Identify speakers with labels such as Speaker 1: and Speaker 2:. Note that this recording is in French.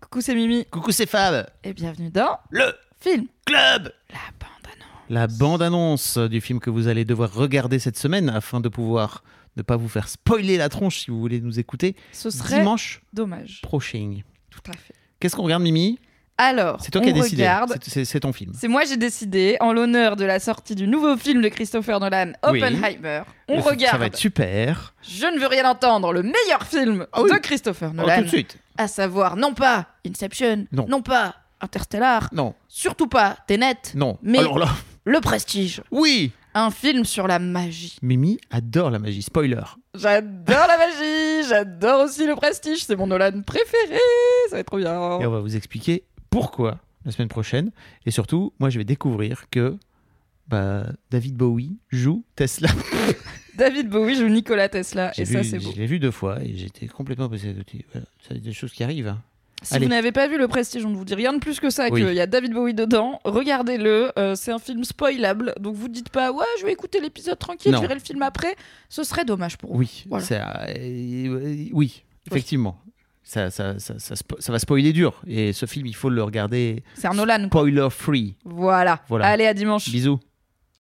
Speaker 1: Coucou, c'est Mimi
Speaker 2: Coucou, c'est Fab.
Speaker 1: et bienvenue dans
Speaker 2: Le
Speaker 1: Film
Speaker 2: club.
Speaker 1: La bande annonce.
Speaker 2: La bande-annonce du film que vous allez devoir regarder cette semaine afin de pouvoir ne pas vous faire spoiler la tronche si vous voulez nous écouter
Speaker 1: Ce serait
Speaker 2: dimanche
Speaker 1: dommage.
Speaker 2: prochain.
Speaker 1: Tout à fait.
Speaker 2: Qu'est-ce qu'on regarde, Mimi
Speaker 1: Alors,
Speaker 2: C'est toi
Speaker 1: on
Speaker 2: qui as décidé.
Speaker 1: regarde.
Speaker 2: C'est- C'est c'est ton film.
Speaker 1: C'est moi j'ai décidé, en l'honneur de la sortie du nouveau film de Christopher Nolan,
Speaker 2: Oui.
Speaker 1: Oppenheimer, on
Speaker 2: Le- Ça
Speaker 1: regarde
Speaker 2: va être super.
Speaker 1: Je ne veux rien entendre, le meilleur film
Speaker 2: Ah oui.
Speaker 1: de Christopher
Speaker 2: Oh,
Speaker 1: Nolan,
Speaker 2: tout de suite.
Speaker 1: à savoir non pas Inception,
Speaker 2: Non.
Speaker 1: pas Interstellar,
Speaker 2: Non,
Speaker 1: surtout pas Tenet,
Speaker 2: non.
Speaker 1: Mais-
Speaker 2: Alors là,
Speaker 1: Le Prestige,
Speaker 2: oui.
Speaker 1: un film sur la magie.
Speaker 2: Mimi adore la magie. Spoiler.
Speaker 1: J'adore la magie, j'adore aussi Le Prestige, c'est mon Nolan préféré, ça va être trop bien.
Speaker 2: Et on va vous expliquer pourquoi la semaine prochaine. Et surtout, moi, je vais découvrir que bah, David Bowie joue Tesla.
Speaker 1: David Bowie joue Nikola Tesla,
Speaker 2: J'ai
Speaker 1: et ça
Speaker 2: vu-
Speaker 1: c'est beau.
Speaker 2: Je l'ai vu deux fois et j'étais complètement passé à côté. Voilà, c'est des choses qui arrivent. hein.
Speaker 1: Si
Speaker 2: Allez.
Speaker 1: vous n'avez pas vu Le Prestige, on ne vous dit rien de plus que ça,
Speaker 2: Oui.
Speaker 1: qu'il y a David Bowie dedans. Regardez-le, euh, c'est un film spoilable. Donc vous dites pas, ouais, je vais écouter l'épisode tranquille,
Speaker 2: Non.
Speaker 1: je verrai le film après. Ce serait dommage pour vous.
Speaker 2: Oui,
Speaker 1: Voilà.
Speaker 2: c'est, euh, oui, effectivement. Ça, ça, ça, ça spo- ça va spoiler dur. Et ce film, il faut le regarder
Speaker 1: C'est un Nolan. quoi.
Speaker 2: spoiler free.
Speaker 1: Voilà.
Speaker 2: Voilà.
Speaker 1: Allez, à dimanche.
Speaker 2: Bisous.